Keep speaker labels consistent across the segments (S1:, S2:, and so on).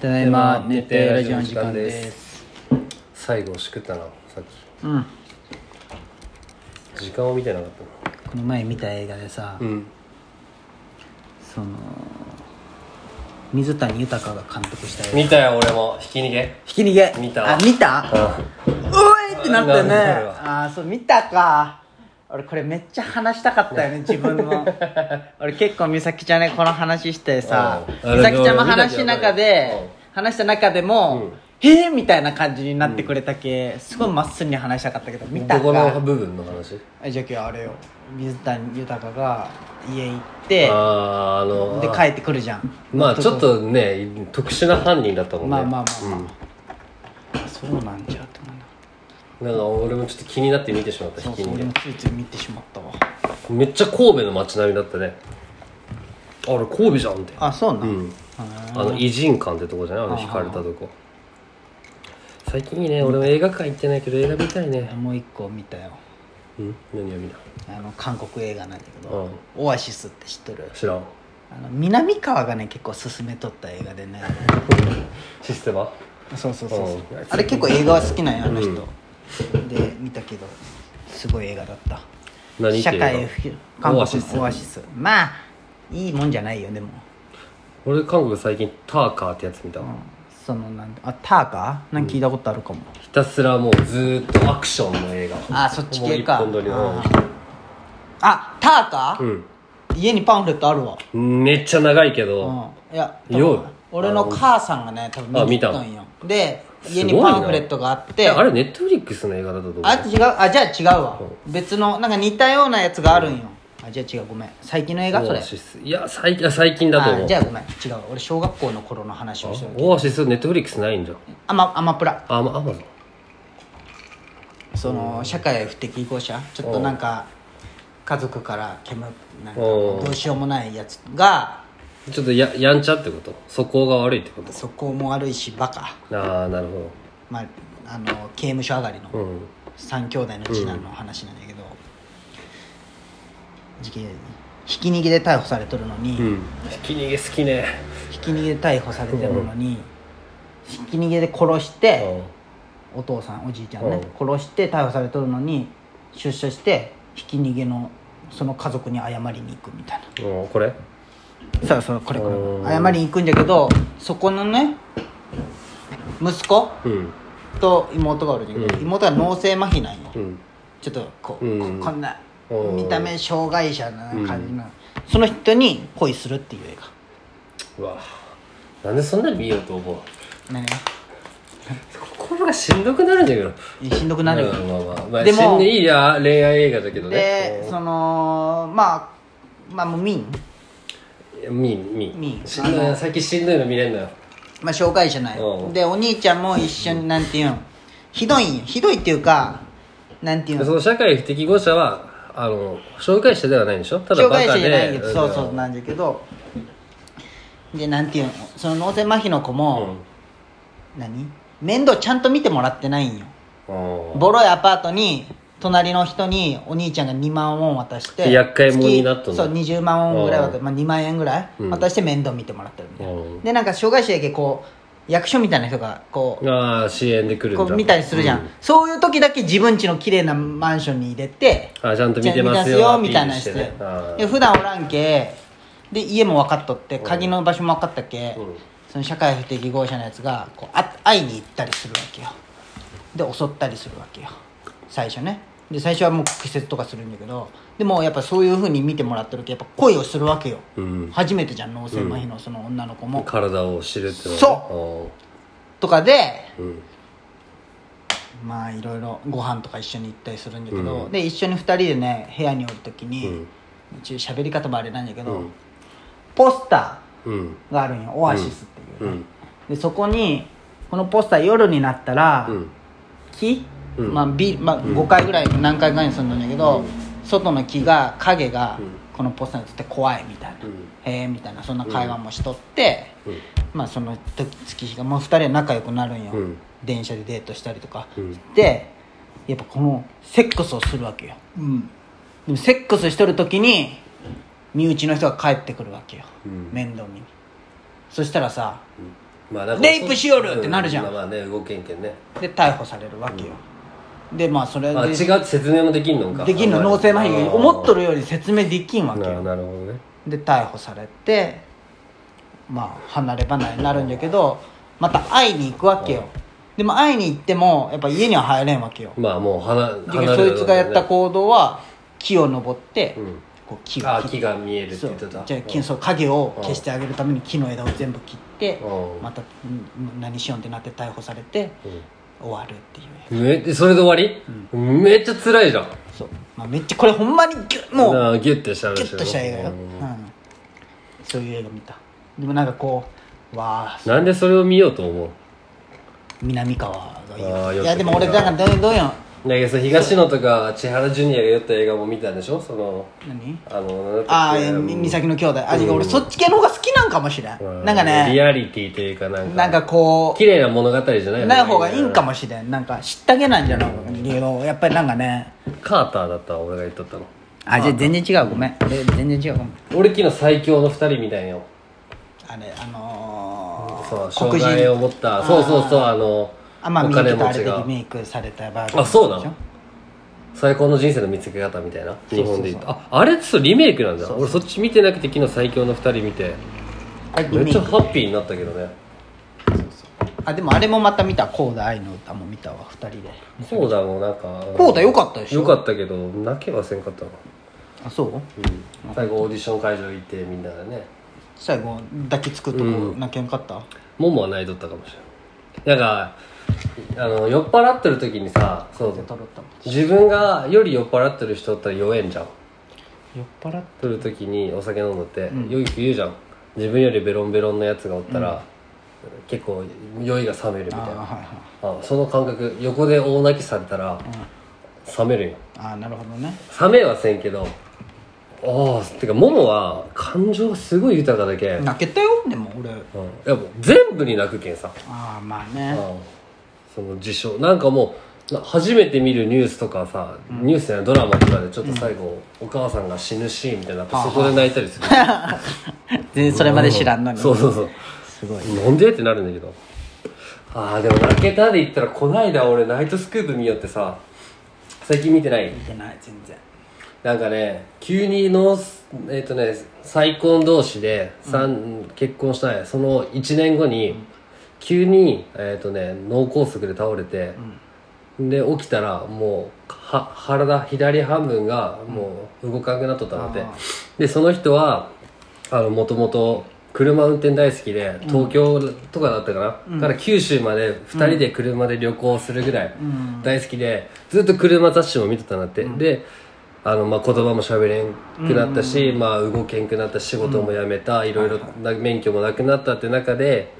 S1: ただいま熱帯夜ラジオの時間です
S2: 最後しくったなさっ
S1: うん
S2: き時間を見てなかったな
S1: この前見た映画でさ、
S2: うん
S1: その水谷豊が監督した映画
S2: 見たよ俺もひき逃げ
S1: ひき逃げ
S2: 見た
S1: あ見たおいってなったよね
S2: なるわ
S1: ああーそう見たか俺これめっちゃ話したかったよ ね自分の俺結構美咲ちゃんねこの話してさ
S2: うんあ
S1: 美
S2: れ
S1: 咲ちゃんも話の中
S2: 俺見たけど
S1: で
S2: ね
S1: 話した中でも、へえみたいな感じになってくれたけ、すごいまっすぐに話したかったけど見た
S2: ど
S1: か
S2: この部分の話
S1: えじゃあ今日あれよ水谷豊が家行って
S2: あーあの
S1: で
S2: あ
S1: 帰ってくるじゃん
S2: まあちょっとね特殊な犯人だったもんね
S1: まあまあまあまそうなんじゃって思うな
S2: うん、なんか俺もちょっと気になって見てしまったひ
S1: そう
S2: き
S1: そう
S2: 逃
S1: 俺もついつい見てしまったわ
S2: げめっちゃ神戸の街並みだったねあれ神戸じゃんって
S1: あそうな、
S2: うんん
S1: あ
S2: あの偉人館ってとこじゃないあの引かれたとこ最近いいね俺も映画館行ってないけど映画見たいね
S1: ーもう一個見たよ
S2: うん何を見た
S1: あの韓国映画なんだけど、
S2: う
S1: オアシスって知っとる
S2: 知らん
S1: あの南川がね結構勧めとった映画で ね
S2: システマ
S1: そうそうそうそう
S2: うん
S1: あれ結構映画は好きなんやあの人、で見たけどすごい映画だった
S2: 何って
S1: 社
S2: いう
S1: 会
S2: の
S1: 不況韓国の
S2: オ
S1: オ
S2: ア
S1: ア
S2: シ
S1: シ
S2: ス
S1: スまあいいもんじゃないよでも、
S2: 俺韓国最近ターカーってやつ見たわ、
S1: うんそのなんあターカーなんか聞いたことあるかも、
S2: ひたすらもうずーっとアクションの映画
S1: あそっち系か
S2: もう一本撮りの
S1: あターカー、家にパンフレットあるわ、
S2: うんめっちゃ長いけど、
S1: うん、いや
S2: よう
S1: 俺の母さんがね多分見に行ったんよで家に
S2: すごいな
S1: パンフレットがあって
S2: えあれネットフリックスの映画だったと思う
S1: あ違うあじゃあ違うわ別のなんか似たようなやつがあるんよあじゃあ違うごめん最近の映画そ
S2: オ
S1: れ
S2: アシスいや最近あ最近だと思
S1: あ
S2: う
S1: じゃあごめん違うわ俺小学校の頃の話をしてる
S2: オアシスネットフリックスないんじゃん
S1: アマアマプラ
S2: あまアマゾン
S1: その社会不適合者ちょっとなんか家族から煙なんか
S2: お
S1: どうしようもないやつが
S2: ちょっとややんちゃってこと素行が悪いってこと
S1: そこも悪いしバカ、
S2: ああなるほ
S1: まあ、あの刑務所上がりの
S2: どうん
S1: 3兄弟の次男の話なんだけど、事件ひき逃げで逮捕されとるのに、
S2: うんひき逃げ好きね
S1: ひき逃げで逮捕されてるのに、ひき逃げで殺して、お父さんおじいちゃんね、殺して逮捕されとるのに出所してひき逃げのその家族に謝りに行くみたいな
S2: うんうんこれ
S1: そうそうこれこ
S2: うん
S1: れ謝りに行くんだけどそこのね息子
S2: うん
S1: と妹がおるんだけど、
S2: うん
S1: 妹は脳性麻痺なんよ、
S2: うん
S1: ちょっとこ,、う
S2: うん
S1: ここんな
S2: うん
S1: 見た目障害者な感じの、その人に恋するっていう映
S2: うわなんでそんなに見ようと思う
S1: 画何が
S2: 心がしんどくなるんだけど
S1: えしんどくなるよ、
S2: うんまあまあまあ
S1: で
S2: で
S1: も
S2: もいいや恋愛映画だけどね
S1: でそのまあまあもうミン、
S2: うん見ん見ん
S1: 見ん
S2: しんどいな最近しんどいの見れんのよ
S1: まあ、障害者ない、
S2: うん
S1: でお兄ちゃんも一緒になんていうんひどいんよひどいっていうかなんてい
S2: で
S1: う
S2: そ
S1: の
S2: の社会不適合者はあの障害者ではないんでしょただ
S1: 障
S2: バ
S1: 害
S2: カ
S1: 者じゃない
S2: で
S1: けどそうそうなんだけどでなんていうんその脳性麻痺の子も、何面倒ちゃんと見てもらってないんよ
S2: うんうん
S1: ボロいアパートに隣の人にお兄ちゃんが2万ウォン渡して
S2: 厄介者になったんだ
S1: 月そう20万ウォンぐらい渡
S2: う
S1: まあ、2万円ぐらい
S2: うん
S1: 渡して面倒見てもらってるみたいな、
S2: うん
S1: でなんか障害者やけこう役所みたいな人がこう,、
S2: ああ支援で来るん
S1: こ
S2: だ
S1: う見たりするじゃん、
S2: う
S1: そういう時だけ自分家の綺麗なマンションに入れて
S2: あちゃんと見てますよ
S1: よみたいな
S2: アピールして
S1: で
S2: ねあー
S1: 普段おらんけで家も分かっとって鍵の場所も分かったけ、
S2: うん
S1: その社会不適合者のやつがこうあ会いに行ったりするわけよで襲ったりするわけよ最初ねで最初はもう屈折とかするんだけどでもやっぱそういうふうに見てもらってるけやっぱ恋をするわけよ、
S2: うん
S1: 初めてじゃん脳性麻痺のその女の子も、
S2: 体を知るってのはね
S1: そとかで
S2: うんうん
S1: まあいろいろご飯とか一緒に行ったりするんだけど、
S2: うん
S1: で一緒に2人でね部屋におる時に、う
S2: うん
S1: ち喋り方もあれなんだけど、
S2: うん
S1: ポスタ
S2: うん
S1: ーがあるんよオアシスっていう
S2: う
S1: ね、
S2: ん
S1: でそこにこのポスター夜になったら、
S2: うん
S1: 木、
S2: うん
S1: まあビまあ、5回ぐらい何回かにするんだけど、外の木が影がこのポスターに映って怖いみたいな、
S2: う
S1: へえみたいなそんな会話もしとって、
S2: うん
S1: まあその時月日がもう2人は仲良くなるんよ、
S2: うん
S1: 電車でデートしたりとか、
S2: うん
S1: でやっぱこのセックスをするわけよ、でもセックスしとる時に身内の人が帰ってくるわけよ、
S2: うん
S1: 面倒見にそしたらさ、
S2: まあなんか
S1: レイプしよるってなるじゃん
S2: うまあまあね動けんけんね
S1: で逮捕されるわけよ、でまあそれ
S2: あ違う
S1: で
S2: って説明もできんのんか
S1: できんの脳性麻痺が思っと
S2: る
S1: るより説明できんわけよ
S2: なるほどね
S1: で逮捕されてまあ離れ離れになるんだけどまた会いに行くわけよでも会いに行ってもやっぱ家には入れんわけよ
S2: まあもう離離
S1: で
S2: れ
S1: そいつがやった行動は木を登って、
S2: うん
S1: こう木を
S2: あ
S1: 切っ
S2: 木が見えるって
S1: そう
S2: 言ってた
S1: じゃあ木そう影を消してあげるために木の枝を全部切って
S2: うん
S1: またん何しようってなって逮捕されて
S2: う
S1: 終わるっていう
S2: うんめそれで終わり、めっちゃ辛いじゃん
S1: そう、まあ、めっちゃこれほんまにギュもう
S2: なあギュッてしたら
S1: ギュッとした映画よ、
S2: うん
S1: うんそういう映画見たでもなんかこうわあ
S2: なんでそれを見ようと思う
S1: 南川がいい
S2: あ
S1: よ
S2: ーよく
S1: いやでも俺なんかどうどうやん
S2: だけどその東野とか千原ジュニアがやった映画も見たんでしょその
S1: 何
S2: あの
S1: あ
S2: なんだ
S1: あ
S2: っけ
S1: 美咲の兄弟あ、違う
S2: うん
S1: 俺そっち系の方が好きなんかもしれん、
S2: うん
S1: なんか
S2: リ
S1: ね
S2: アリティというかなんか
S1: なんかこう
S2: 綺麗な物語じゃない
S1: ない方がいいんかもしれんなんか知ったげなんじゃないのけどやっぱりなんかね
S2: カーターだったわ俺が言っとったの
S1: あじゃあ全然違うごめんえ全然違うごめん
S2: 俺昨日最強の二人みたいよ
S1: あれあの
S2: そう
S1: ー、
S2: 障害を持ったそうそうそうあの
S1: 天
S2: お
S1: 海
S2: 金
S1: 祐希と
S2: 持
S1: あ
S2: ち
S1: れで
S2: が
S1: リメイクされたバージョン
S2: あそうな
S1: でしょ
S2: の最高の人生の見つけ方みたいな
S1: そうそうそ
S2: 日
S1: う
S2: 本で言ったああれってそうリメイクなんだ俺そっち見てなくて昨日最強の二人見て
S1: あリ
S2: めっ
S1: メイ
S2: ちゃ
S1: ク
S2: ハッピーになったけどね
S1: あでもあれもまた見た「コーダ愛の歌」も見たわ二人で
S2: コーダもなんか
S1: コーダ良かったでしょ
S2: よかったけど泣けはせんかったな、
S1: あそう
S2: うん、最後オーディション会場行ってみんなでね
S1: 最後抱きつくとこ泣けんかった、
S2: ももは泣いとったかもしれないなんかあの酔っ払ってる時にさそう
S1: トロッと
S2: 自分がより酔っ払ってる人だったら酔えんじゃん
S1: 酔っ払って
S2: 取る時にお酒飲むのって、よく言うじゃん自分よりベロンベロンのやつがおったら、結構酔いが冷めるみたい
S1: あー
S2: な
S1: はいはい
S2: あその感覚横で大泣きされたら、冷めるよ
S1: あーなるほどね
S2: 冷めはせんけどああてかももは感情がすごい豊かだけん、うん、
S1: 泣けたよでも俺
S2: やっぱ全部に泣くけんさ、
S1: ああまあ
S2: う
S1: ね
S2: んその事象なんかもうな初めて見るニュースとかさ、ニュースやドラマとかでちょっと最後、お母さんが死ぬシーンみたいなのあってそこで泣いたりする
S1: 全然それまで知らんのに
S2: そうそうそう
S1: すごい
S2: なんでってなるんだけどああでも泣けたで言ったらこないだ俺ナイトスクープ見よってさ最近見てない
S1: 見てない全然
S2: なんかね急にのえっ、とね再婚同士で、さん、結婚したんやその1年後に、急にえっ、とね脳梗塞で倒れて、で起きたらもうは体左半分がもう動かなくなっとったので、
S1: ああ
S2: でその人はあのもともと車運転大好きで東京とかだったかな、から九州まで2人で車で旅行するぐらい
S1: ん
S2: 大好きで、ずっと車雑誌も見てたなって、であのまあ言葉も喋れんくなったし、まあ、動けんくなったし仕事も辞めた、いろいろな免許もなくなったって中で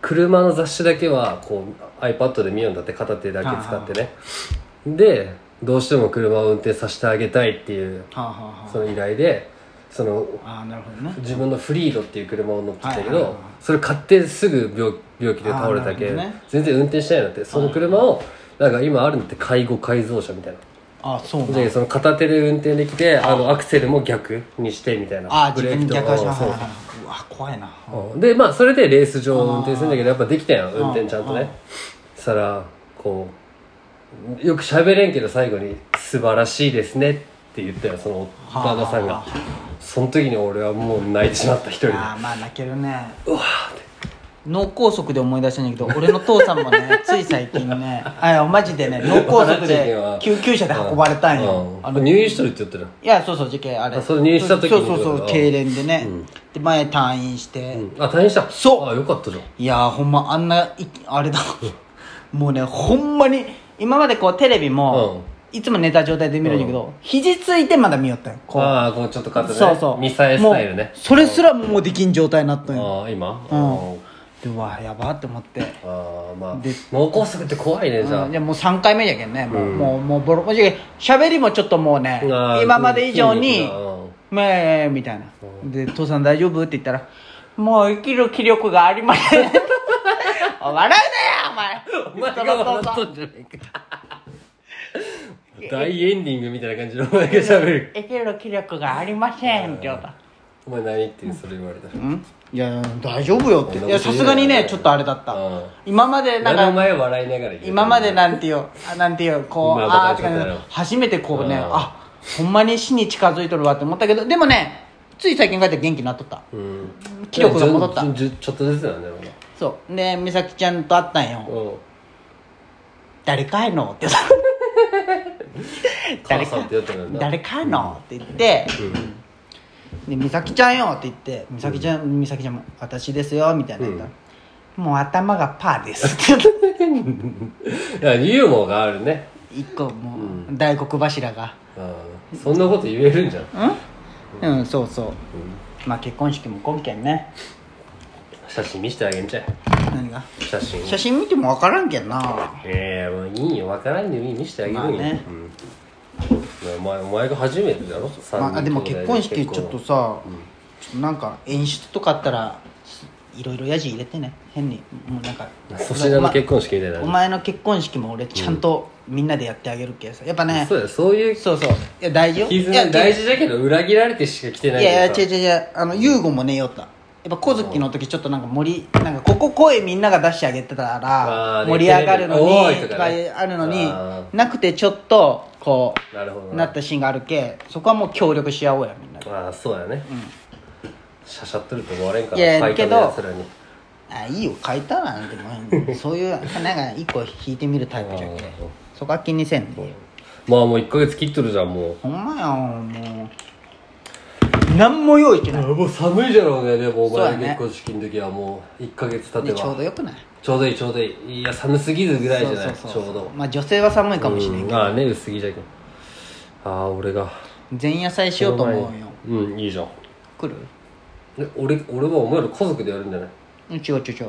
S2: 車の雑誌だけはこう iPad で見ようんだって片手だけ使ってねでどうしても車を運転させてあげたいっていう
S1: はあはあは
S2: その依頼でその
S1: あああなるほどね
S2: 自分のフリードっていう車を乗ってたけど、
S1: はいはいはい
S2: それ買ってすぐ病病気で倒れたけ
S1: あー
S2: ん、
S1: なるほどね
S2: 全然運転してないんだってその車をなんか今あるのって介護改造車みたいな
S1: ああそうなん
S2: でその片手で運転できてあのアクセルも逆にしてみたいな
S1: ああ自分に逆足
S2: と
S1: は
S2: かそう
S1: はいうわ怖いな
S2: うんでまあそれでレース上運転するんだけどやっぱできたやん運転ちゃんと
S1: うん
S2: ねそしたらこうよく喋れんけど最後に「素晴らしいですね」って言ったよその旦那さん
S1: は
S2: が
S1: あ
S2: その時に俺はもう泣いてしまった一人で
S1: ああまあ泣けるね
S2: うわーって
S1: 脳梗塞で思い出したんだけど俺の父さんも ねつい最近ねあいやマジでね脳梗塞で救急車で運ばれたんよ
S2: う
S1: あ
S2: あ
S1: の
S2: の入院しとるって言ってる
S1: いやそうそう事件あれ
S2: あそれ入院した時に
S1: そうそうそう
S2: うん
S1: 痙攣でねで前退院して
S2: あ退院した
S1: そう
S2: あよかったじゃん
S1: いやーほんまあんないあれだもうねほんまに今までこうテレビも、いつも寝た状態で見るんだけど、肘ついてまだ見よったんよこう
S2: ああこうちょっと肩でね
S1: そうそう
S2: ミサイスタイルね
S1: もうそれすらもうできん状態になったんよ
S2: ああ今
S1: う
S2: あ
S1: んでうわやばって思って
S2: あああまあ
S1: で
S2: 脳梗塞って怖いねじゃあ
S1: うんいやもう3回目やけんねもう,、
S2: うん
S1: もうもうボロもし喋りもちょっともうね
S2: あー
S1: 今まで以上に
S2: 筋肉がうん
S1: 「めえ」みたいな「で父さん大丈夫?」って言ったら「もう生きる気力がありません」お笑うなよお
S2: お
S1: 前
S2: 前が笑っ
S1: そ
S2: と
S1: うそうん
S2: じゃねえか大エンディングみたいな感じでお前が喋る
S1: そう生きる気力がありませんって言うた
S2: お前何ってそれ言われた ら
S1: うんいや大丈夫よっていやさすがにねちょっとあれだった
S2: うん
S1: 今までな
S2: 目の
S1: んか
S2: 前笑いながら言う
S1: 今までなんてよあなんてよこうあ
S2: 今
S1: ーって
S2: 答えちゃったよ
S1: 感じ初めてこうね
S2: うん
S1: あほんまに死に近づいとるわって思ったけどでもねつい最近帰って元気になっとった
S2: うん
S1: 気力が戻った
S2: 順順順ちょっとずつなんだよな
S1: そうで美咲ちゃんと会ったんよ
S2: うん
S1: 「誰かいの?」ってさ「
S2: 母さんって言ったんだよな
S1: 誰かいの?」って言って「で美咲ちゃんよ」って言って美咲ちゃん美咲ちゃんも「私ですよ」みたいな言ったらもう頭がパーです」 って言った
S2: いやユーモアがあるね
S1: 一個もう大黒柱が
S2: うんそんなこと言えるんじゃん
S1: うん、そうそうまあ結婚式も今んけんね
S2: 写真見せてあげんちゃい
S1: 何が
S2: 写真
S1: 写真見ても分からんけんな
S2: ええもういいよ分からんでもいい見せてあげるよ、
S1: まあね
S2: うん、お前お前が初めてだろ三人
S1: まあ、でも結婚式ちょっと
S2: 結
S1: さ、ちょっとなんか演出とかあったらいろいろやじ入れてね変にもうなんか
S2: 婚粗品の結婚式みたいな
S1: お前の結婚式も俺ちゃんとみんなでやってあげるけさやっぱね、
S2: そうだよそういう
S1: そうそういや大事よいや
S2: 絆大事だけど裏切られてしか来てない
S1: いやいや
S2: から
S1: 違う
S2: さ
S1: 違う違うあの優吾もね酔ったやっぱ小月の時ちょっとなんか森なんかここ声みんなが出してあげてたら
S2: あー
S1: 盛り上がるの
S2: お
S1: に
S2: ーいと
S1: と
S2: か
S1: か
S2: ね
S1: あるのに
S2: あ
S1: なくてちょっとこ
S2: なるほど
S1: うなったシーンがあるけそこはもう協力し合おうやみんなで
S2: ああそうやね、しゃしゃってると思われんから
S1: いや
S2: ファイターのやつらに
S1: あいいよ書いたらなんてもうそういうなんか一個引いてみるタイプじゃんけ
S2: あー
S1: そこは気にせんでいいよ
S2: まあもう1ヶ月切っとるじゃんもう
S1: ほんまやんもう何も用意してない
S2: もう寒いじゃろうねでもお
S1: そうや
S2: 前の
S1: ね
S2: 結婚式の時はもう1ヶ月経て
S1: で
S2: ば
S1: ちょうどよくない
S2: ちょうどいいちょうどいいいや寒すぎるぐらいじゃない
S1: そうそう
S2: ちょう
S1: そう
S2: ど
S1: まあ女性は寒いかもしれんけど
S2: うんああね薄着じゃけんああ俺が
S1: 前夜祭しようと思うよ
S2: うんいいじゃん
S1: 来る
S2: え俺俺はお前ら家族でやるんじゃない
S1: うん違う違う違う